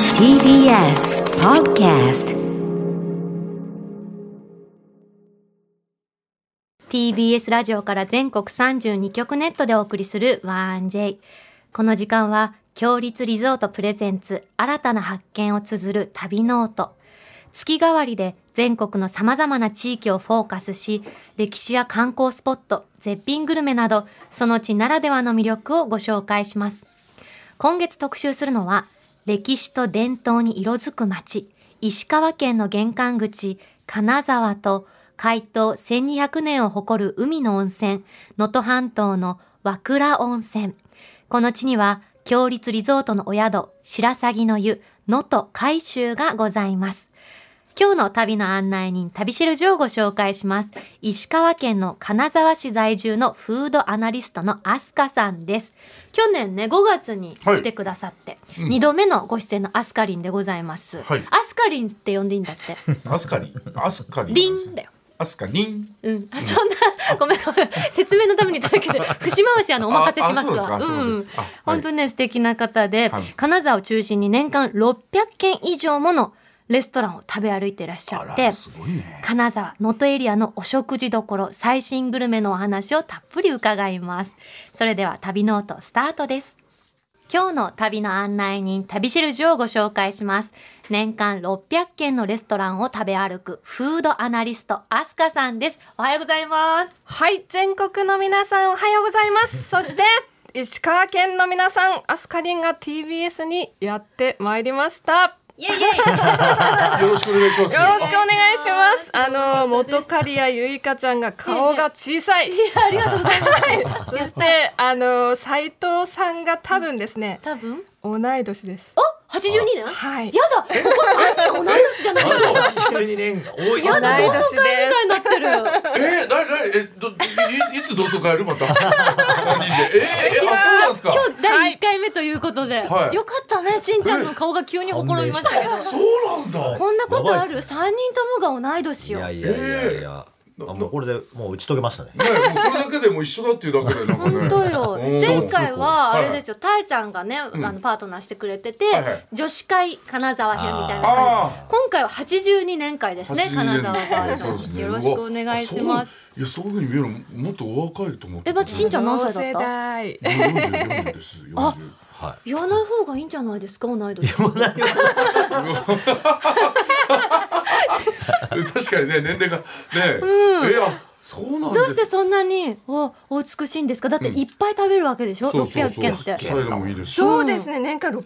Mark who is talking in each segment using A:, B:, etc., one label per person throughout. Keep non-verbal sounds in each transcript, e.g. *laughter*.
A: TBS Podcast
B: TBS ラジオから全国32局ネットでお送りする 1J この時間は強立リゾートプレゼンツ新たな発見を綴る旅ノート月替わりで全国のさまざまな地域をフォーカスし歴史や観光スポット絶品グルメなどその地ならではの魅力をご紹介します今月特集するのは歴史と伝統に色づく町石川県の玄関口金沢と開湯1200年を誇る海の温泉能登半島の和倉温泉この地には強立リゾートのお宿白鷺の湯能登海舟がございます今日の旅の案内人、旅しるじをご紹介します。石川県の金沢市在住のフードアナリストのアスカさんです。去年ね、5月に
C: はい
B: 来てくださって、二度目のご出演のアスカリンでございます。
C: はい
B: アスカリンって呼んでいいんだって。
C: アスカリンアス *laughs* カリン
B: リンだよ。
C: アスカリン
B: うん、あそんな、ごめんごめん、説明のためにいただけて、節回しあのお任せしますわ。
C: ああそうですかすいません
B: ん
C: あはい、
B: 本当にね、素敵な方で、
C: はい
B: 金沢を中心に年間600軒以上ものレストランを食べ歩いていらっしゃって。
C: ごいね
B: 金沢能登エリアのお食事どころ最新グルメのお話をたっぷり伺いますそれでは旅ノートスタートです今日の旅の案内人旅しるじをご紹介します年間600軒のレストランを食べ歩くフードアナリストアスカさんですおはようございます
D: はい、全国の皆さんおはようござい
B: *laughs*
D: ます。そして石川県の皆さん、アスカリンが TBS にやってまいりました。
B: イエイイエイ
C: よろしくお願いします
D: よろしくお願いします。あの元カリアゆいかちゃんが顔が小さい。
B: ありがとうございます
D: そしてあの斉藤さんが多分ですね、
B: 多分
D: 同い年です。
B: お82年
D: はい。
B: やだここ3人同い年じゃないですか
C: あそう12年多い
D: 同い年です。
B: みたいになってる
C: えななえどいいつ同窓会やる
B: *laughs*
C: また三人でええあそうなんですか
B: 今日第1回目ということで、
C: はい
B: よかったねしんちゃんの顔が急にほころびましたけど
C: そうなんだ
B: こんなことある三人ともが同い年
E: い
B: よ。
E: やいやいやいや、あもうこれでもう打ち解けましたね
C: ねもうそれだけでもう一緒だっていうだけでなんかね
B: 本当よ
C: うん
B: 前回はあれです
C: よ
B: よたえちゃんがねあのパートナーしてくれてて
C: はいはい
B: 女子会金沢編みたいな感じ
C: ああ
B: 今回は82年会ですね金沢バージョンよろしくお願いします
C: すいやそういうふうに見えるのもっとお若いと思って
B: え待ってしんちゃん何歳だ
D: 世
B: った
D: 代。
C: 40 40です40
B: あ
E: は
B: 言わない方がいいんじゃないですか同い年
C: 確かにね年齢がねえあそうなんです
B: どうしてそんなにおお美しいんですかだっていっぱい食べるわけでしょ
C: そうそう
B: 600
C: そう
B: 件って
C: そういうのもいいですし
D: そうですね、年間600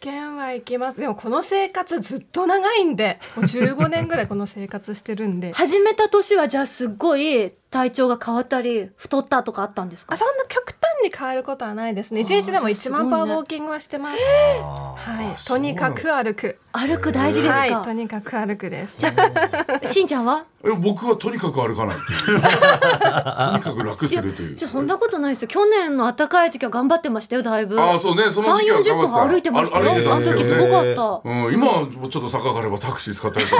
D: 件は行きます。でもこの生活ずっと長いんで、もう15年ぐらいこの生活してるんで。
B: 始めた年はじゃあすっごい体調が変わったり太ったとかあったんですか
D: あそんな極端に変わることはないですね。
B: あー
D: 一日でも
B: じゃあ
D: 1
B: すごい
D: 万
B: ね
D: 歩はウォーキングはしてます。
E: い。あ
D: はい、
C: そう
D: と
C: な
D: に
C: の
D: かく歩く。
B: 歩く大事です
D: はい、
B: か
D: と、にかく歩くです。
B: じゃあしんちゃんは
C: え僕はとにかく歩かないとい
B: *laughs*
C: うとにかく楽するという
B: じゃあそんなことないですよ去年の暖かい時期は頑張ってましたよだいぶ
C: ああそうねその時期は
B: 3 4 0分歩いてました
C: 歩いて
B: よ
C: た
B: あ
C: ん
B: の
C: ですけ
B: 時す
C: どね
B: ごかった、
C: うん、今はもうちょっと坂があればタクシー使ったりと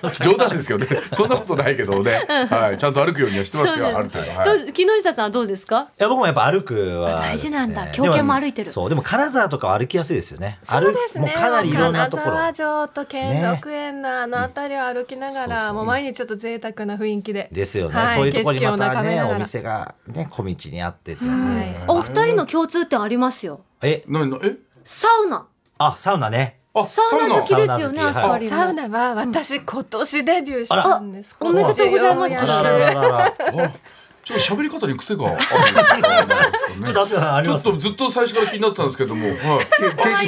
C: か
B: *laughs*
C: 冗談ですけどねそんなことないけどね、はい、ちゃんと歩くようにはしてますよ
B: そう
C: あ
B: で
C: る
B: す
C: 程
B: ど
C: 度、は
B: う
C: い、
B: 木下さんはどうですか
E: いや僕もやっぱ歩くはです、ね、
B: 大事なんだ狂犬も歩いてる
E: でもそうでも金沢とかは歩きやすいですよね
D: そうですね。
E: 歩いもうかなりいろんなところ
D: 金沢城と兼
E: ね
D: 六園のあの辺りを歩きなが
E: そう
D: ら、
E: そう
D: もう毎日ちょっと贅沢な雰囲気で。
E: ですよね、
D: はい
E: そういうところ
D: 景色
E: にまた
D: を眺め
E: ね
D: ながら
E: お店がね小道にあってて、
D: はい。
B: お二人の共通点ありますよ
E: え
C: ななえ
B: サウナ
E: あサウナね
C: あ
B: サウナ好きですよね
E: サ
B: ア
E: ウナ好き
B: スカリン
D: サウナは私今年デビューしたんです。
B: あらおめでとうございます
D: よ
E: あ
D: うや
E: ら
D: く
E: らららら
C: あちょっと喋り方に癖があ
B: *laughs*
C: るんですかね
E: ちょっと飛鳥さんあり
C: ちょ
E: ま
C: っ
E: す
C: とずっと最初から気になってたんですけども、はい、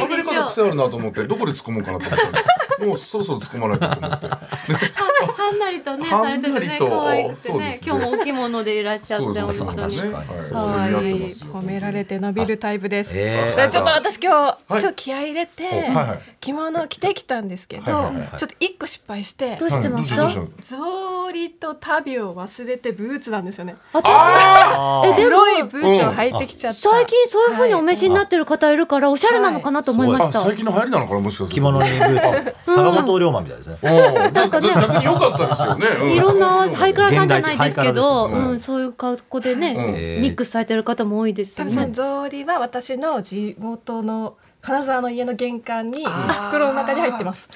C: 喋り方癖あるなと思って、どこで突っ込もうかなと思ったんです。もうそろそろ突っ込まないとと思って。
B: はんなりとね
C: は
B: され
C: ん
B: て
C: な
B: て
C: り
B: ね
C: と
B: 可愛くて
C: そうで
B: ね
C: すね
B: 今日もお着物でいらっしゃって
C: そうです
E: そう
B: 本当
E: そう
B: に
E: そう
C: ね。
E: はい
C: はい、それでやってますよ。
D: 褒められて伸びるタイプです。
E: えー
D: でちょっと私今
C: は
D: 日
C: い
D: ちょっと気合い入れて
C: はいはい
D: 着物を着てきたんですけど、ち
C: はいはい
D: ょっと一個失敗して
B: どうしてまし
C: は
B: た
C: いどうしたどうし
D: 草履と旅を忘れてブーツなんですよね。
E: あ
B: 私えでも
D: 黒いブーツを履いてきちゃった。
B: 最近そういう風にお召しになってる方いるからおしゃれなのかなと思いま
C: たあ、
B: した、
C: 最近の流行りなのかな、もしかすると。
E: 着物にブーツ坂本龍馬みたいですね
C: お
B: なんかね
C: 逆に良かったですよね。う
B: いろんなハイカラさんじゃないですけど、
E: 現代的ハイカラです
B: う
E: ね
B: ん、そういう格好でね、
C: うん
E: えー
B: ミックスされてる方も多いです
D: 多
B: よ
D: 分その
B: ね。
D: 草履は私の地元の金沢の家の玄関に袋の中に入ってます。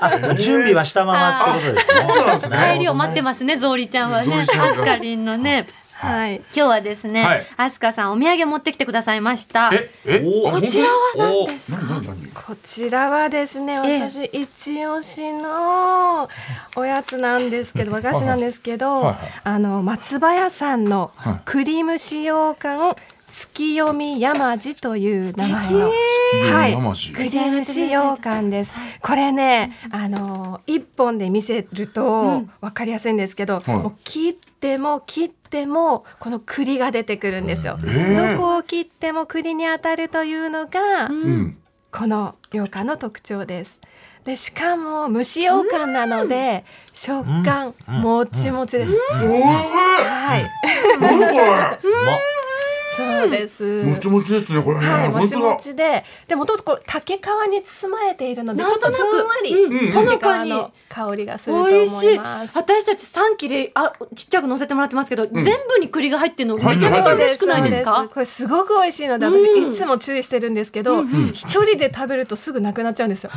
E: あ準備はしたままってことですね。
C: そうなんですね
B: 帰りを待ってますね、ゾウリちゃんは
C: ゾウ
B: ね。ア
C: リ
B: ス
C: ちゃんが
B: カリンのね。
D: はい。
B: 今日はですね、
C: はい
B: アスカさんお土産持ってきてくださいました。
C: ええ
E: お
B: こちらは何ですか
C: 何何何
D: こちらはですね、
B: ええ
D: 私一押しのおやつなんで
C: *laughs*
D: すけど、和菓子なんですけど、
C: はいはい
D: あの松林さんの
C: はい
D: クリーム使用感月読み山路という名前の。はい、
C: 山路
D: クリーム使用感です。これね、あの一本で見せるとわかりやすいんですけど、
C: はい
D: もう切っても切ってもこの栗が出てくるんですよ。
C: ええ
D: どこを切っても栗に当たるというのが、
C: うん
D: この羊羹の特徴です。でしかも蒸し羊羹なので食感もちもちです。
C: おいしい
D: はい、
C: 何こ
D: そうです
C: れ。もちもちですねこれね
D: はい、も
C: 本
D: ち
C: 当
D: も
C: だ
D: ちで、でもともとこう竹皮に包まれているので、ち
B: な
D: ょっ
B: んと
D: と
B: なく
D: ふんわり、
C: うん
D: ほ
B: ほ
D: の
B: の
D: か
B: か
D: に
B: に
D: 香りがすると
B: 美味
D: 思
B: し
D: い
B: い
D: ます。
B: 私たち3切れあちっちゃく乗せてもらってますけど、全部に栗が入ってるのめち
C: 入
B: ゃ
C: って
B: めちゃ
C: る入ってる
B: 嬉しくないです
D: そう
B: か
D: これすごく美味しいので、私いつも注意してるんですけど、一人で食べるとすぐなくなっちゃうんですよ。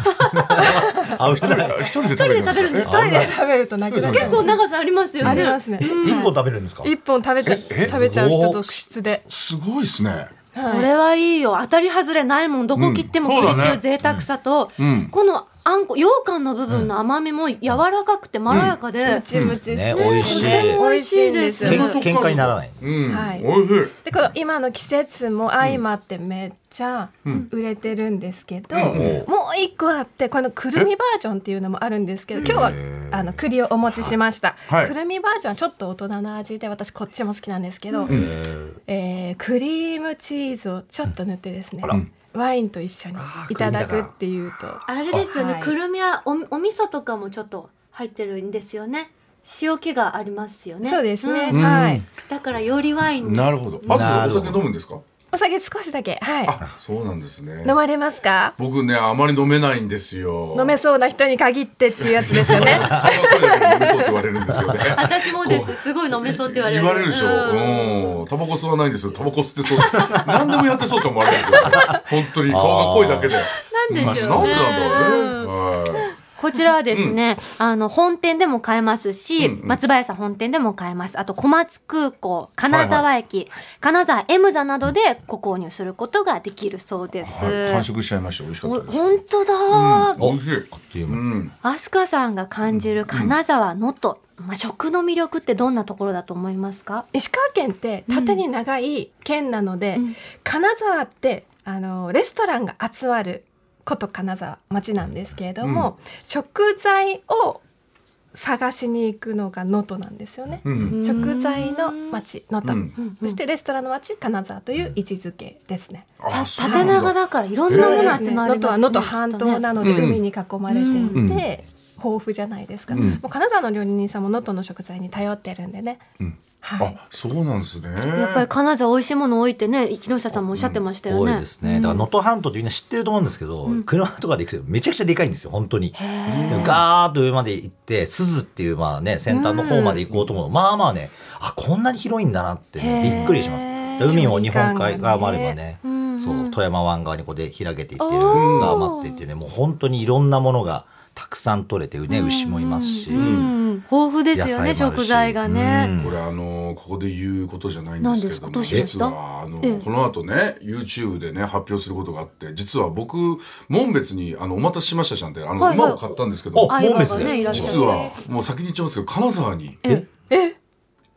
E: あ危ない。
C: 一人で食べる
B: 一人で食べるんです
D: 一人で食べるとなくなっちゃう
B: 結
D: んで
B: 構長さあります
D: す。
B: よ
D: あ
B: ね
D: りますね。
E: 一本食べるんですか。
D: 一本食べちゃ
C: ええ
D: 食べちゃう人続出で。
C: すごいですね
D: はい
B: これはいいよ当たり外れないもんどこ切っても栗っていう贅沢さと、
C: うん
B: このあんこ羊羹の部分の甘みも柔らかくてまろやかで、
D: ムチムチして、
E: ね美味しい
D: 美味しいんですよ
E: けん喧嘩にならない。
C: うん
D: はい
C: 美味しい
D: でこの今の季節も相まってめっちゃ売れてるんですけど、
C: うん
E: うん
D: もう一個あってこのくるみバージョンっていうのもあるんですけど今日はあの栗をお持ちしました、
C: はい
D: くるみバージョンはちょっと大人の味で私こっちも好きなんですけど、
E: えー
D: えークリームチーズをちょっと塗ってですね、
C: うん
D: ワインと一緒にいただくっていうと
B: あれですよね、
D: はい
B: くるみはおお味噌とかもちょっと入ってるんですよね塩気がありますよね
D: そうですね、
B: ん
D: はい
B: だからよりワインに
C: なるほどあそ
E: な
C: こ
E: るほ
C: お
E: ど
C: 酒飲むんですか
D: お酒少しだけは
C: あそうなんですね
D: い飲まれますか
C: 僕ねあまり飲めないんですよ
D: 飲めそうな人に限ってっていうやつですよ
C: *laughs*
D: ね
C: 人の声だけで飲めそうって言われるんですよ
B: *laughs*
C: ね
B: 私もですすごい飲めそうって言われる
C: 言われるでしょ
B: うん
C: うんタバコ吸わないんですよタバコ吸ってそう何でもやってそうって思われるんですよね本当に顔が濃いだけで
B: なんでしょうね
C: なんでなんだろうねはい
B: こちらはですね、あの本店でも買えますし、
C: うんうん
B: 松林さん本店でも買えますあと小松空港金沢駅、金沢 M 座などでご購入することができるそうです、
C: はい、完食しちゃいました。美味しかった
B: お
C: です。
B: 本当だ、
C: 美味しい。
E: っていう
C: う
E: の
C: ん。
B: アスカさんが感じる金沢能登、まあ、食の魅力ってどんなところだと思いますか
D: 石川県って縦に長い県なので、
B: うん
D: 金沢ってあのレストランが集まること金沢町なんですけれども、食材を探しに行くのが能登なんですよね。
C: うん。
D: 食材の町能登、
C: うん
B: うん
D: そしてレストランの町金沢という位置づけですね。
C: あ、そう
B: 縦
C: なん
B: 長
C: だ。
B: だからいろんなもの
D: そうです
B: 集
D: ね
B: ま
D: 能
B: りますね
D: 登は能登半島なの
C: き
D: で
C: っとね
D: 海に囲まれていて、
B: うん
D: 豊富じゃないですか、
C: うん
D: もう金沢の料理人さんも能登の食材に頼ってるんでね、
C: うん
D: はい、
C: あ、そうなんですね。
B: やっぱり金沢美味しいもの多いってね木下さんもおっしゃってましたよ
E: 多
B: ね、
E: いですね。だから能登半島ってみんな知ってると思うんですけど、車とかで行くとめちゃくちゃでかいんですよ本当に。ガーッと上まで行って鈴っていうまあね先端の方まで行こうと思う。まあまあねあこんなに広いんだなってね
B: へー
E: びっくりします。で海も日本海側もあれば
D: 距離感が
E: ね
B: うんう。ん
E: そう富山湾側にこうで開けていってる
B: おー
E: が余っていってねもう本当にいろんなものがたくさん取れてね牛もいますし。
B: うん豊富ですよね
E: 野菜もある
B: 食
E: し
B: 材がね、
C: これあのここで言うことじゃないんですけれど
B: 何ですか
C: も
B: どうしまし
C: 実
B: た
C: はあの、
B: ええ
C: この後ね YouTube でね発表することがあって実は僕門別にあのお待たせしましたじゃんってあの、
B: はいはい
C: 馬を買ったんですけど
E: お
B: 相葉が
E: もう別
B: ね
E: に
B: いらっしゃる
C: 実はもう先に言っちゃいますけど金沢に
B: え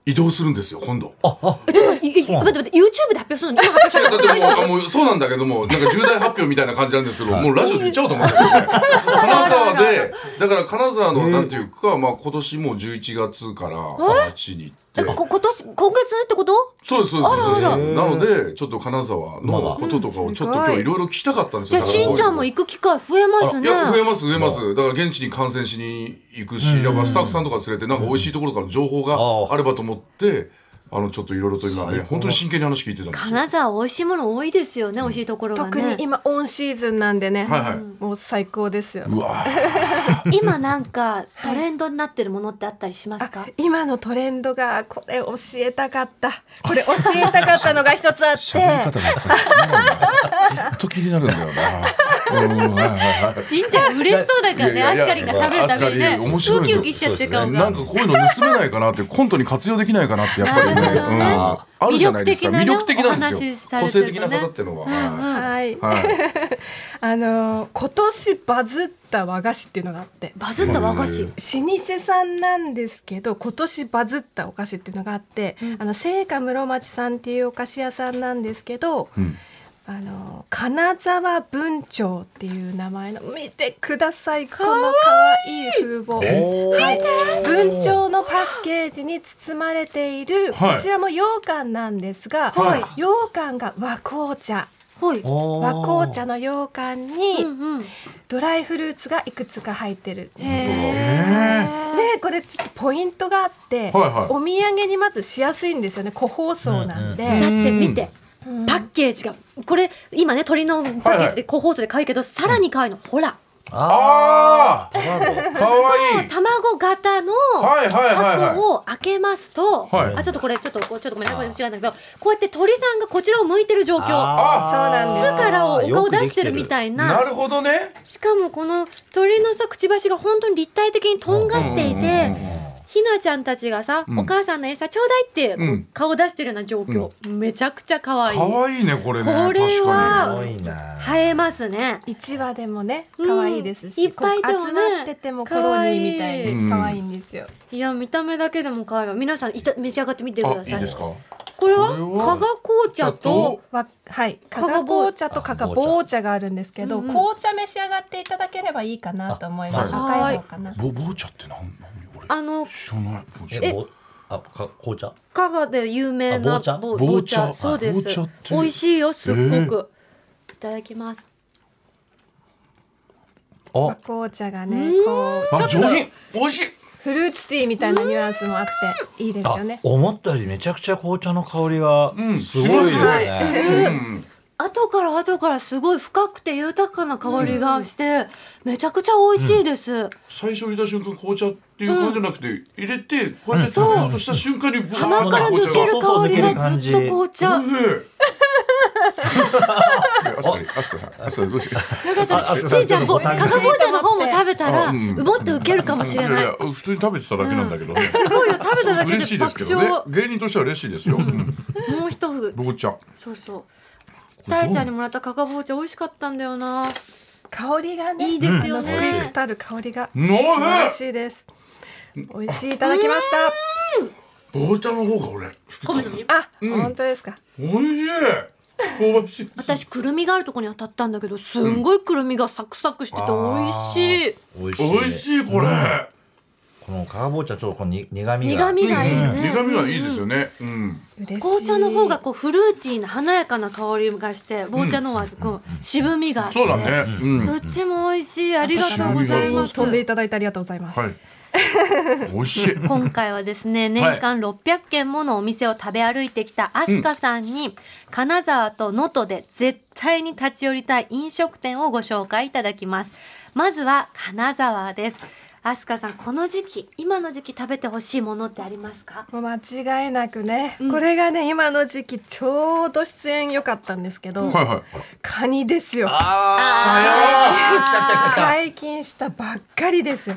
C: 移動するんですよ今度。
E: ああ
B: えちょっといい待って待って YouTube で発表するの今発表しちゃった
C: だってもうあもうそうなんだけどもなんか重大発表みたいな感じなんですけど、もうラジオで言っちゃおうと思って、ね、
B: *laughs*
C: 金沢でだから金沢のなんていうか、まあ、今年もう11月からあっちに行って。
B: えこ今年今月ってこと
C: そうですそうですそうです
B: あらあら
C: なのでちょっと金沢のこととかをちょっと今日いろいろ聞きたかったんです
B: じゃ
C: よ
B: あしんちゃんも
C: い
B: 行く機会増えますね
C: や増えます増えますだから現地に観戦しに行くしやっぱスタッフさんとか連れてなんか美味しいところから情報があればと思ってあのちょっといろいろと今ね本当に真剣に話聞いてたんですよ
B: 金沢美味しいもの多いですよね、美味しいところがね
D: 特に今オンシーズンなんでね、
C: はいはい
D: もう最高ですよ
C: うわー
B: 今なんかトレンドになってるものってあったりしますか、
D: あ今のトレンドがこれ教えたかったこれ教えたかったのが一つあっ
C: 喋り
D: て
C: 方がやっぱり気になるなずっと気になるんだよな。うんはいはいはい
B: しんちゃん嬉しそうだからね
C: いやいや
B: アスカリンが喋るために
C: いや
B: ね
C: アスカリン面白い
B: ウ
C: です
B: キ
C: よ
B: ウキしちゃってる
C: ね
B: 顔
C: なん
B: が
C: かこういうの盗めないかなってコントに活用できないかなってやっぱりね、
B: なるほどね
C: うんあるじゃないですか
B: 魅
C: 魅
B: 力
C: 力
B: 的
C: 的
B: なね
C: なん
B: お話
C: で
B: し
C: す
B: さ
C: よ
B: れ
C: 個
B: てる
C: 性
B: とね
C: 的な方っていうのは、
D: はい、
C: はい
D: あの今年バズった和菓子っていうのがあって
B: バズった和菓子、
C: うん
D: 老舗さんなんですけど今年バズったお菓子っていうのがあって、あの聖火室町さんっていうお菓子屋さんなんですけど、
C: うん
D: あの金沢文鳥っていう名前の見てくださいこの可愛い風貌
E: おー
D: 文鳥のパッケージに包まれている、
C: はい
D: こちらも羊羹なんですが、
B: はい
D: 羊羹が和紅茶
B: ほい、
E: お
D: 和
E: ー
D: 紅茶の羊羹
B: う
D: に、
B: んうん、
D: ドライフルーツがいくつか入ってる。
B: へ
D: でこれちょっとポイントがあっ
C: はい
D: て、
C: はい
D: お土産にまずしやすいんですよね個包装なんで、
E: う
B: ーだって見て
D: うん
B: パッケージがこれ今ね鳥のパッケージで個包装で買うけど、さらに可愛いのほら
C: あ
E: ー卵
C: あかわいい
B: 卵型の
C: はいはいはいはい
B: 箱を開けますと、
C: はい
B: あちょっとこれちょっとこうちょっとごめんなさいこれ違うんだけどこうやって鳥さんがこちらを向いてる状況
E: あー
D: そう
B: 巣からお顔出してるみ
E: よ
B: たいな
C: なるほどね
B: しかもこの鳥のさくちばしが本当に立体的にとんがっていて、
C: うんうんうんうん
B: ひなちゃんたちがさ、
C: うん
B: お母さんの餌ちょうだいってこう
C: うん
B: 顔出してるような状況、めちゃくちゃ可愛い
C: かわいいねこれね
B: これ
C: 確
E: く
B: は
C: か
E: できてるすごいな
B: 映えますね
D: 1話でもね
B: うん
D: 可愛いですし、
B: いっぱいいてもね
D: こう集まっててもコロニーみたい
B: 可
C: 愛
D: に
C: い
D: 可愛いんですよ、
B: いや見た目だけでも可愛いわ皆さんいた召し上がってみてく
C: に
B: だ
C: あ
B: さい
C: いいですか
B: これは
C: これ
B: 加
C: は
B: 賀紅茶と
D: わはい
B: 加
D: 加
B: 賀
D: 賀
B: 棒
D: 紅茶と加賀棒茶があるんですけど、
B: うんうん
D: 紅茶召し上がっていただければいいかなと思います
E: あ
D: 赤い方かな
C: ぼぼーちゃってなんなんよ俺
B: あの
C: 知らないぼーちゃ
E: えぼあか紅茶
B: 加賀で有名
E: あ
B: な
E: 棒茶
B: ぼ
C: 棒茶
B: 棒そうで
C: 棒
B: す
C: 茶って
B: 美味しいよすっごく、
C: え
B: いただきます
E: お
D: 和紅茶がねこう
C: あ上品美味しい
D: フルーツティーみたいなニュアンスもあっていいですよね
E: 思ったよりめちゃくちゃ紅茶の香りが
C: うん
E: すごいです
C: はい
E: ね。
C: うん
B: 後から後からすごい深くて豊かな香りがして、めちゃくちゃ美味しいです、
C: 最初入れた瞬間紅茶っていう感じじゃなくて、入れてこうやって
B: うん
C: 食べようとした瞬間にブワー
B: 鼻から抜ける香りがずっと紅茶
C: うんあすかりあすかさんあすかさんどうして
E: あ
B: ちいちゃん、ぼ加賀紅茶の方も食べたら、
C: あうん
B: もっとウケるかもしれない。
C: やや普通に食べてただけなんだけどね、
B: すごいよ、食べただけ
C: 嬉し
B: で
C: いです
B: 爆
C: けどね
B: 笑。
C: 芸人としては嬉しいですよ、うん、
B: もう一ふ、
C: 紅茶
B: そうそう。たえちゃんにもらった加賀紅茶美味しかったんだよな。
D: 香りがね
B: いいですよ
D: あの
B: ね
D: ふくゆくたる香りが
C: うん
D: 素晴らしいです美味しいいただきました
C: 紅茶の方が俺
B: 好みに
D: あ、本当ですか
C: 美味しい香ばしい
B: 私くるみがあるとこに当たったんだけど、すんごいくるみがサクサクしてて美味しい。
E: 美味しいね。
C: 美味しいこれ、
E: このカーボーチャちょっとこのに苦味
B: 苦
E: が
B: 味がいいね。
C: 苦味はいいですよねうん
D: 嬉しい
B: 紅茶の方がこうフルーティーな華やかな香りがして、紅茶の方はこう渋みがあって。
C: そうだねうん、
B: どっちも美味しい。ありがとうございます。
D: 飛んでいただいてありがとうございます、
C: はい美味しい
B: 今回はですね年間600軒ものお店を食べ歩いてきたアスカさんに、金沢と能登で絶対に立ち寄りたい飲食店をご紹介いただきますまずは金沢ですアスカさんこの時期今の時期食べてほしいものってありますか
D: もう間違いなくね、
B: ん
D: これがね今の時期ちょうど出演良かったんですけど、
C: はいはい
D: カニですよ
E: あー
D: 解禁したばっかりですよ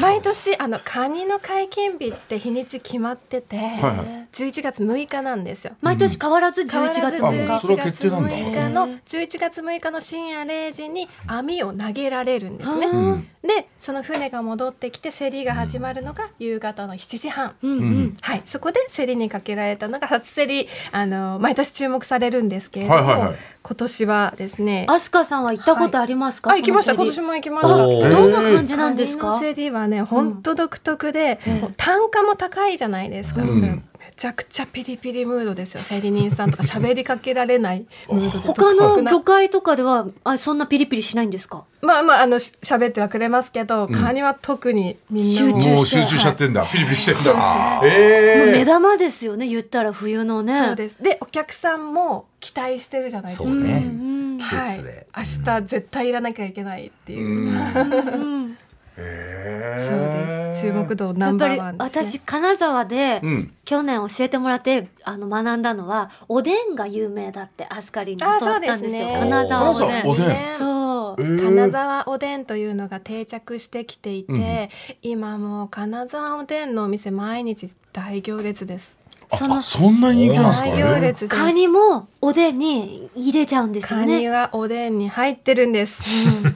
D: 毎年あのカニの解禁日って日にち決まってて、
C: は
D: 11月6日なんですよ
B: 毎年変わらず11
D: 変わら
B: 月
D: ず
C: 変わ
B: 6
C: ら
B: 日
C: ずそ
D: 11
C: れは決
D: 月
C: 定なんだ
D: 6日の11月6日の深夜0時に網を投げられるんですね、
C: うん
D: でその船が戻ってきて競りが始まるのが夕方の7時半、
B: うんう
C: うんん
D: はい、そこで競りにかけられたのが初競りあの毎年注目されるんですけれども、
C: はいはいはい
D: 今年はですね
B: アスカさんは行ったことありますか、
D: あ行きました
B: その
D: 今
B: 競
D: 年
B: り
D: も行きました
E: おー
B: どんな感じなんですか
D: カニの競りはね本当独特で、もう単価も高いじゃないですか、
C: うん
D: めちゃくちゃピリピリムードですよ生理人さんとか喋りかけられないムード
B: 他
D: で独特
B: の
D: な
B: 魚介とかではあそんなピリピリしないんですか
D: まあまああのし喋ってはくれますけど、カニは特にみんなも
B: 集中して
C: もう集中しちゃってんだ、ピリピリしてんだ
B: もう
C: え
B: 目
C: え
B: 玉ですよね言ったら冬のね
D: そうですでお客さんも期待してるじゃないです
E: そ
D: か
E: う
B: う。
E: ね
B: ん
E: 季
D: はい
E: 節で、
D: 明日絶対いらなきゃいけないっていう、
C: うん
B: うん
C: へ
D: *laughs* そう
C: え
D: です注目度ナ
B: やっ
D: ン
B: ぱ
D: バー
B: り
D: ワンです、ね、
B: 私金沢で、
C: うん
B: 去年教えてもらってあの学んだのはおでんが有名だってアスカリに教わ
D: あ
B: った
D: そうんで
B: ですすよ
D: ね
B: 金沢おで
C: 金沢お
B: ん
C: でん
B: そう
C: えー
D: 金沢おでんというのが定着してきてい
C: う
D: て、
C: んうん
D: 今もう金沢おでんのお店毎日大行列です
C: あ
B: その
C: あそんなに人気なんですか
D: 大行
C: ね
D: 列です
B: カニもおでんに入れちゃうんですよ
D: カニ
B: ね
D: がおでんに入ってるんです、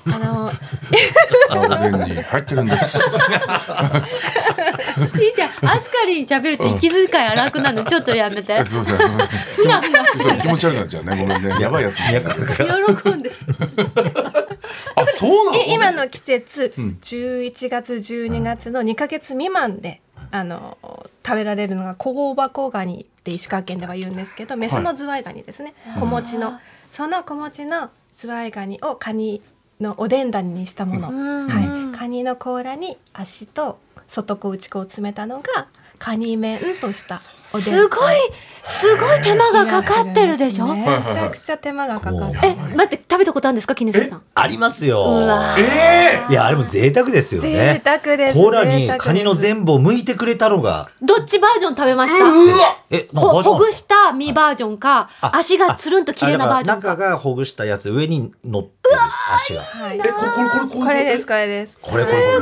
D: あ
C: *laughs*
D: の
C: あおでんに入ってるんです
B: いいじゃんアスカリに喋ると息遣い荒くなるのちょっとやめて
C: えすいませんすいません
B: ふなふなしちゃう
C: 気持ち悪くなっちゃうねごめんねやばいやつみたいな
B: 喜んで
C: あそうなの
D: い今の季節、
C: ん
D: 11月12月の2ヶ月未満で、あの食べられるのが小箱ガニって石川県では言うんですけどメスのズワイガニですね、子持ちのその子持ちのズワイガニをカニのおでんだににしたもの、
B: *laughs* うん
D: はい、カニの甲羅に足と外子内子を詰めたのがカニ麺としたおでん
B: すごいすごい手間がかかってるでしょ、
D: めちゃくちゃ手間がかかって
B: え待って食べたことあるんですか絹さん
E: ありますよ。
B: うわ
C: え
E: いやあれも贅沢ですよね
D: 贅。沢です
E: コーラに
D: 贅沢です
E: カニの全部を剥いてくれたのが、
B: どっちバージョン食べました
E: え、
B: ほほぐ
E: し
B: した身バージョンか
E: あ
B: 足がつるんと綺麗なバージョン
E: 中
B: か
E: がほぐしたやつ上に乗ってる足が。
D: はい
C: えここれこれ
D: これですこれです
E: これこれこれ。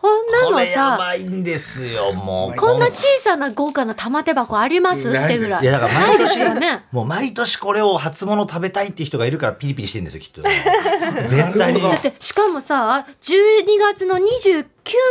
B: こんな
E: こ
B: の
E: れや
B: さ
E: ばいんですよもう。
B: こんな小さな豪華な玉手箱ありますっ
C: ないで
B: て
C: す
B: ぐらい
E: いやだから
B: ない
E: 毎
B: です
E: 年
B: よね
E: もう毎年これを初物食べたいって人がいるからピリピリしてるんですよきっと。
B: *laughs*
E: 絶対に
C: なるほど
B: だってしかもさ12月の29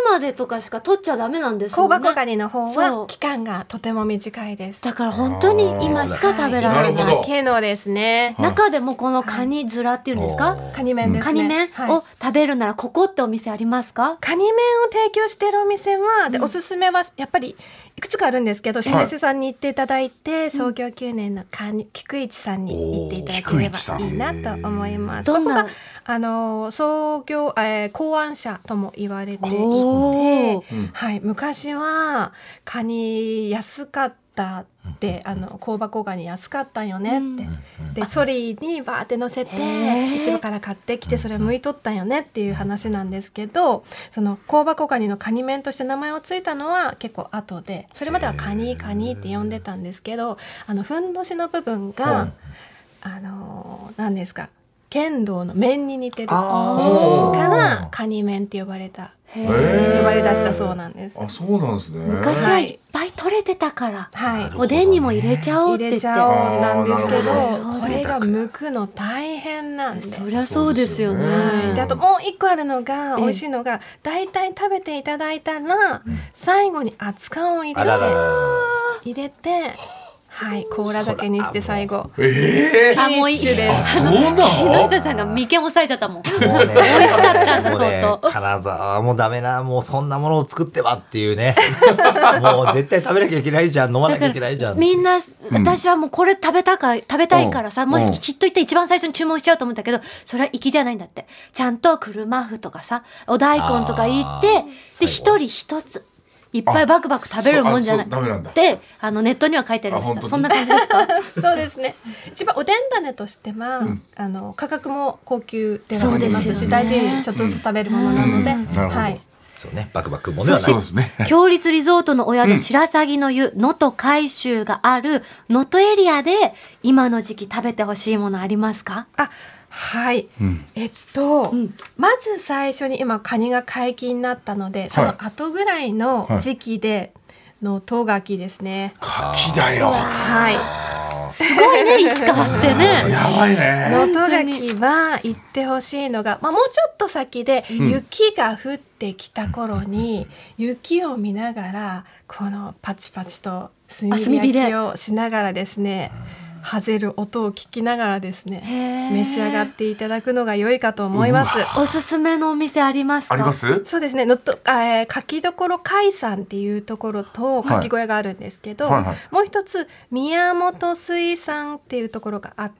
B: までとかしか取っちゃダメなんです
D: 香
B: よね
D: 箱ガニの方
B: そう
D: は期間がとても短いです。
B: だから本当に今しか食べら
C: な
B: れ
C: るほ
B: ない
C: ど
D: けのですね。
B: 中でもこのカニ面っていうんですか
E: お
D: カニ麺ですね。
B: カニ麺
D: はい
B: を食べるならここってお店ありますか
D: カニ麺を提供してるお店は、で、おすすめはやっぱりいくつかあるんですけど、老舗さんに行っていただいて、創業9年のカニ菊市さんに行っていただけれ
C: おー菊市さ
D: ば
C: ん
D: いいなと思います。
B: どんな
D: ここがあのー創業、えー、考案者とも言われてい
B: お
D: て
B: ー、
D: はい、昔はカニ安かったって、あの香箱ガニ安かったんよねって、でソリにバーって乗せて
B: へー
D: 市場から買ってきてそれ剥いとったんよねっていう話なんですけどその香箱ガニのカニ麺として名前をついたのは結構後でそれまではカニカニって呼んでたんですけどあのふんどしの部分が、あの何ですか剣道の面に似てるか
E: あー
D: らカニ麺って呼ばれた
B: へ
C: ー
B: ー
D: 呼ばれ出したそうなんです。
C: あそうなんですね
B: 昔
D: は
B: はいいっぱい取れてたから
D: はい
B: おでんにも入れちゃおうっ
D: 入
B: て言
D: れ
B: っ
D: ち
B: て
D: ゃおうなんですけど
C: あー
B: なるほど
D: これが剥くの大変なんで
B: そりゃそうですよね
C: そう
D: であともう一個あるのが
B: ええ
D: 美味しいのが大体食べていただいたら最後に熱燗を入
E: あらら
B: *laughs*
D: れ
E: ら。
D: 入れてはい甲羅酒にして最後フ
C: ええ
B: あ
D: ィニ
B: もう
D: ッ
B: いい
D: シュです
C: そうなの
B: 木下さんが眉間押さえちゃったもん
E: もうね、美
B: 味しかったんだ相当
E: 金沢はもうダメな、もうそんなものを作ってはってい
B: *laughs*
E: うね。もう絶対食べなきゃいけないじゃん、飲まなきゃいけないじゃん。
B: みんな、私はもうこれ食べたか、食べたいからさ、
C: うん
B: も
C: う
B: し
C: ん
B: きっと言って一番最初に注文しちゃうと思うんだけど、それは粋じゃないんだって。ちゃんと車麩とかさ、お大根とか言って
E: あー、
B: で、
E: 最後
B: 一人一つ。いっぱいバクバク食べるもんじゃない。
C: あそうあそうダメなんだ
B: で、あの、ネットには書いてありま
C: あ
B: し
C: 本当
B: た。
C: に
B: そんな感じですか
D: *laughs* そうですね一番おでん種としてはあの価格も高級ではありま
B: そう
D: す
B: ですよね
D: し大事にちょっとずつ食べるものなので
C: うんなるほど
D: はい
E: そうね、バクバクもので
B: そ
E: は
B: し
E: ない。
C: ですね
B: *laughs* て、強立リゾートのお宿、白鷺の湯、能登海州がある、能登エリアで、今の時期食べてほしいものありますか
C: *laughs*
D: あはい、えっと、
B: ん
D: まず最初に今カニが解禁になったのでその後ぐらいの時期でのトガキですね
C: 柿だよ
D: はい、
B: すごいね、石川ってね。
C: やばいね
D: のトガキは行ってほしいのが、まあ、もうちょっと先で雪が降ってきた頃に雪を見ながらこのパチパチと炭
B: あ炭火
D: 火
B: で
D: 焼きをしながらですねハゼる音を聞きながらですね
B: へー
D: 召し上がっていただくのが良いかと思います。
B: おすすめのお店ありますか
C: あります
D: そうですねのっと、えー、かきどころ海産っていうところとかき小屋があるんですけど、
C: はいはい
D: もう一つ宮本水産っていうところがあって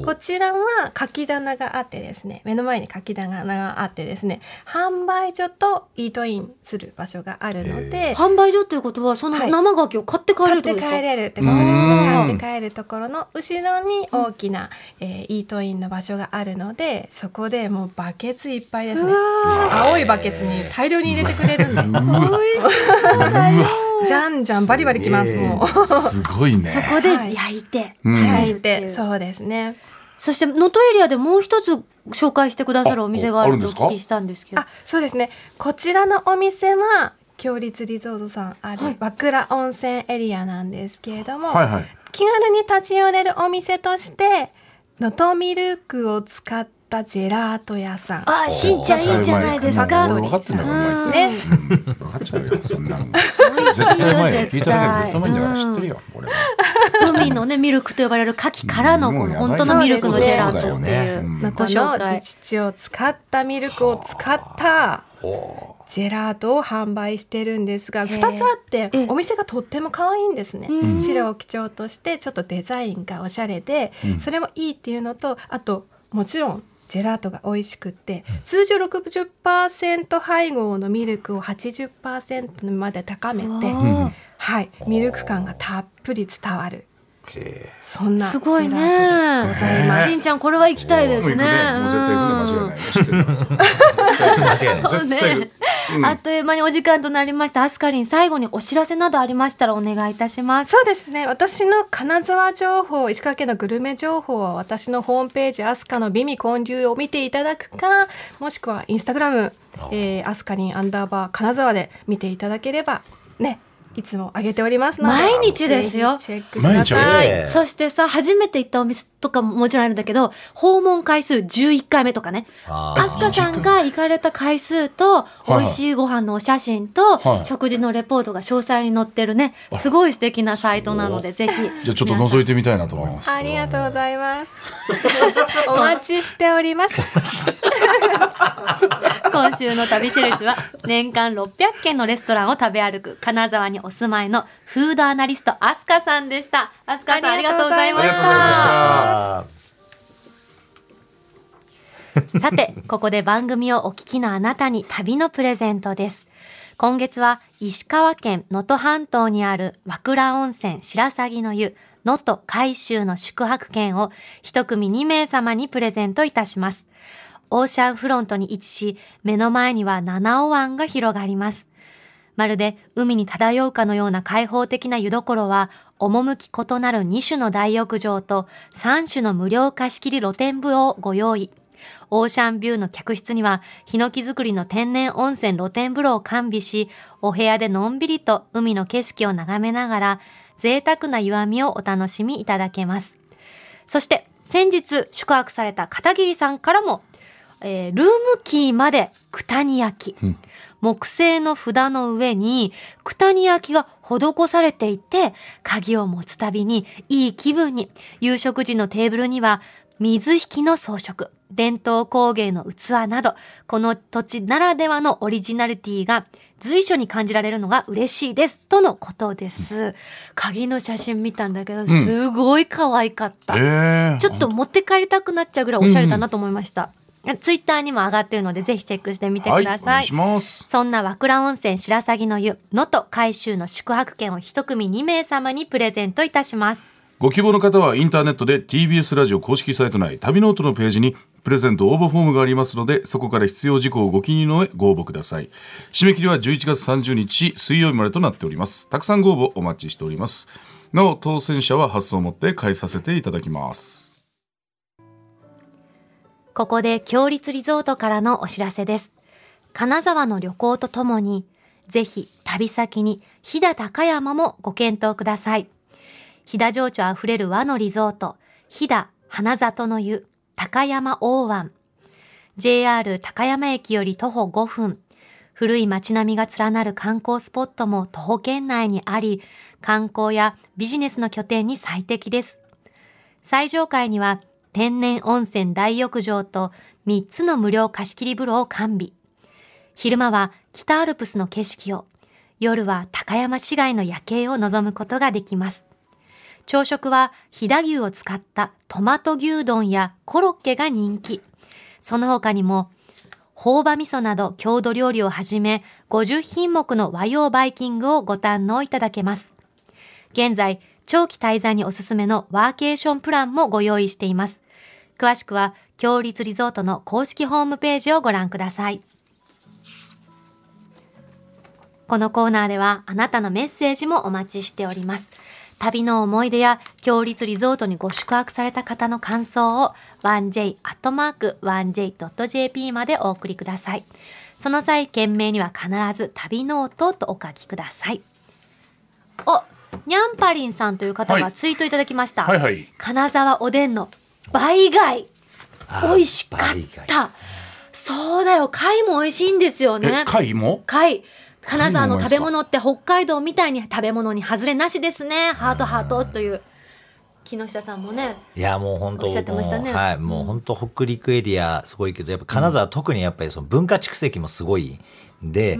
E: お
D: こちらはかき棚があってですね目の前にかき棚があってですね販売所とイートインする場所があるので
B: 販売所っていうことはその
D: はい
B: 生ガキを買って帰
D: 買
B: る
D: っ
B: ってこと
D: て
B: ですか、
D: 帰れるってことです
C: う
D: ね
C: ーん
D: 買って帰るところの後ろに大きな、えーイートインの場所があるのでそこでもうバケツいっぱいですね
B: うわ
D: 青いバケツに大量に入れてくれるんで *laughs* じゃんじゃんバリバリきますもう。
C: すごいね
B: ーそこで焼いて、
C: うん
D: は
B: はい
D: い、で、そうですね。
B: そして能登エリアでもう一つ紹介してくださるお店があるとお聞きしたんですけど
D: あ、そうですね。こちらのお店は強立リゾートさんある
B: はい
D: 和倉温泉エリアなんですけれども、
C: はいはい
D: 気軽に立ち寄れるお店として能登ミルクを使ったジェラート屋さん。
A: あ、しんちゃんいいじゃないです
C: あ
A: か。
C: うまい分かってんだから
B: うん
C: お
D: ね、
C: 前うん分かっちゃうよそんなの
B: 美味しい
C: 絶対うまいよ
B: よ
C: 聞いただけで絶対うまいんだから
B: う
C: 知
B: ん
C: ってるよ俺は
B: 海のねミルクと呼ばれる牡蠣からのこの本当のミルクのジェラートってい
C: うん
B: う
D: 能
B: ご
D: 登
B: 紹
D: の
B: 介
D: 自治地を使ったミルクを使ったジェラートを販売してるんです
B: へ
D: が
B: え
D: 2つあって
B: ええ
D: お店がとっても可愛いんですね
B: うん
D: 白を基調としてちょっとデザインがおしゃれで
C: うん
D: それもいいっていうのとあともちろんジェラートが美味しくって通常60%配合のミルクを80%まで高めて
B: うわ
D: はいミルク感がたっぷり伝わるそん
B: あ
D: な
B: すごい
D: ジェラ
B: ね
D: ートでございます
B: しんちゃんこれは行きたいで
C: もう
B: す
C: 行く
B: ね
C: ねもう絶対行くね間違いない知ってる
E: 間違いないです。
B: うんねあっという間にお時間となりましたアスカリン最後にお知らせなどありましたらお願いいたします
D: そうですね私の金沢情報石川県のグルメ情報は私のホームページ「アスカの美味建立」を見ていただくかもしくはインスタグラム「えー、アスカリンアンダーバー金沢」で見ていただければねいつも上げておりますので
B: 毎日ですよ
D: ぜひチェックくださ
E: 毎
D: い
E: 日ええ
B: そしてさ初めて行ったお店とかももちろんあるんだけど訪問回数11回目とかね
E: あ
B: あすかさんが行かれた回数と美味しいご飯のお写真と
C: はい
B: 食事のレポートが詳細に載ってるねすごい素敵なサイトなのでぜひ
C: じゃあちょっと覗いてみたいなと思います
D: ありがとうござい
E: *laughs*
D: ます。お待ちしております。
B: 今週の旅印
C: *laughs*
B: は年間600軒のレストランを食べ歩く金沢にお住まいのフードアナリストアスカさんでしたアスカさんありがとうございま
C: あり
B: し
C: がとうござい
B: た *laughs*
C: ました
E: あ
B: さて、ここで番組をお聞きのあなたに旅のプレゼントです。今月は石川県能登半島にある和倉温泉白鷺の湯能登海州の宿泊券を一組2名様にプレゼントいたします。オーシャンフロントに位置し、目の前には七尾湾が広がります。まるで海に漂うかのような開放的な湯どころは、趣異なる2種の大浴場と3種の無料貸し切り露天風呂をご用意。オーシャンビューの客室には、ヒノキ作りの天然温泉露天風呂を完備し、お部屋でのんびりと海の景色を眺めながら、贅沢な湯あみをお楽しみいただけます。そして、先日宿泊された片桐さんからも、えールームキーまで九谷焼、
C: ん
B: 木製の札の上に九谷焼が施されていて鍵を持つたびにいい気分に夕食時のテーブルには水引きの装飾伝統工芸の器などこの土地ならではのオリジナリティが随所に感じられるのが嬉しいですとのことです鍵の写真見たんだけどすごい可愛かった、
C: えー
B: ちょっと持って帰りたくなっちゃうぐらいおしゃれだなと思いました。ツイッターにも上がってるのでぜひチェックしてみてくだ
C: はい、お願
B: さ
C: い
B: い。
C: します
B: そんな和倉温泉白鷺の湯、能登海州の宿泊券を一組2名様にプレゼントいたします。
C: ご希望の方はインターネットで TBS ラジオ公式サイト内旅ノートのページにプレゼント応募フォームがありますのでそこから必要事項をご記入の上ご応募ください締め切りは11月30日水曜日までとなっておりますたくさんご応募お待ちしておりますなお当選者は発送をもって返させていただきます
B: ここで強立リゾートからのお知らせです。金沢の旅行とともに、ぜひ旅先に飛騨高山もご検討ください。飛騨情緒あふれる和のリゾート、飛騨花里の湯、高山大湾。JR 高山駅より徒歩5分。古い街並みが連なる観光スポットも徒歩圏内にあり、観光やビジネスの拠点に最適です。最上階には天然温泉大浴場と3つの無料貸切風呂を完備。昼間は北アルプスの景色を、夜は高山市街の夜景を望むことができます。朝食は飛騨牛を使ったトマト牛丼やコロッケが人気。その他にも、朴葉味噌など郷土料理をはじめ、50品目の和洋バイキングをご堪能いただけます。現在、長期滞在におすすめのワーケーションプランもご用意しています。詳しくは、強立リゾートの公式ホームページをご覧ください。このコーナーでは、あなたのメッセージもお待ちしております。旅の思い出や、強立リゾートにご宿泊された方の感想を、1j.1j.jp までお送りください。その際、件名には必ず旅ノートとお書きください。お、にゃんぱりんさんという方
C: は
B: が
C: い
B: ツイートいただきました。
C: はいはい
B: 金沢おでんの倍貝
E: あー
B: 美味しかっ
E: 倍貝
B: たそうだよ貝も美味しいんですよね
C: え貝も
B: 貝金沢の
C: 貝も美味し
B: 食べ
C: いんですか
B: 物って北海道みたいに食べ物に外れなしですねハートハートという木下さんもね
E: いやもう本当
B: おっしゃってましたね
E: 僕もはい、もう本当北陸エリアすごいけどやっぱ金沢特にやっぱりその文化蓄積もすごいんで、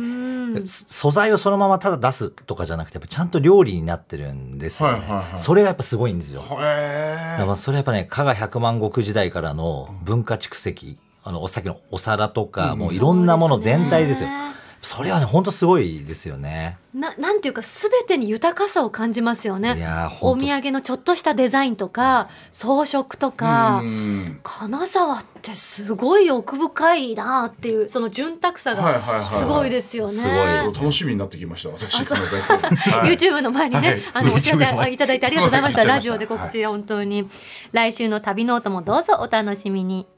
E: そ素材をそのままただ出すとかじゃなくてやっぱちゃんと料理になってるんですよね、
C: はいはいはい
E: それがやっぱすごいんですよ。
C: へえ
E: だからまあそれやっぱね加賀百万石時代からの文化蓄積あのお酒のお皿とか、もういろんなもの全体ですよ。それはね本当すごいですよね。
B: ななんていうか全てに豊かさを感じますよね
E: いやーほ
B: お
E: んと
B: 土産のちょっとしたデザインとか装飾とか
C: うん
B: 金沢ってすごい奥深いなっていうその潤沢さ
C: はいはいはい
B: が
C: はい
B: すごいですよね。
E: すごいです
C: 楽しみになってきました私金沢行くのはい
B: *laughs* YouTube の前にね、
C: はい
B: あのお知
C: YouTube の
B: ら
C: 前
B: せいただいてありがとうございまし
C: す
B: た。
C: いません
B: ラジオで告知、本当に。来週の旅ノートもどうぞお楽しみに。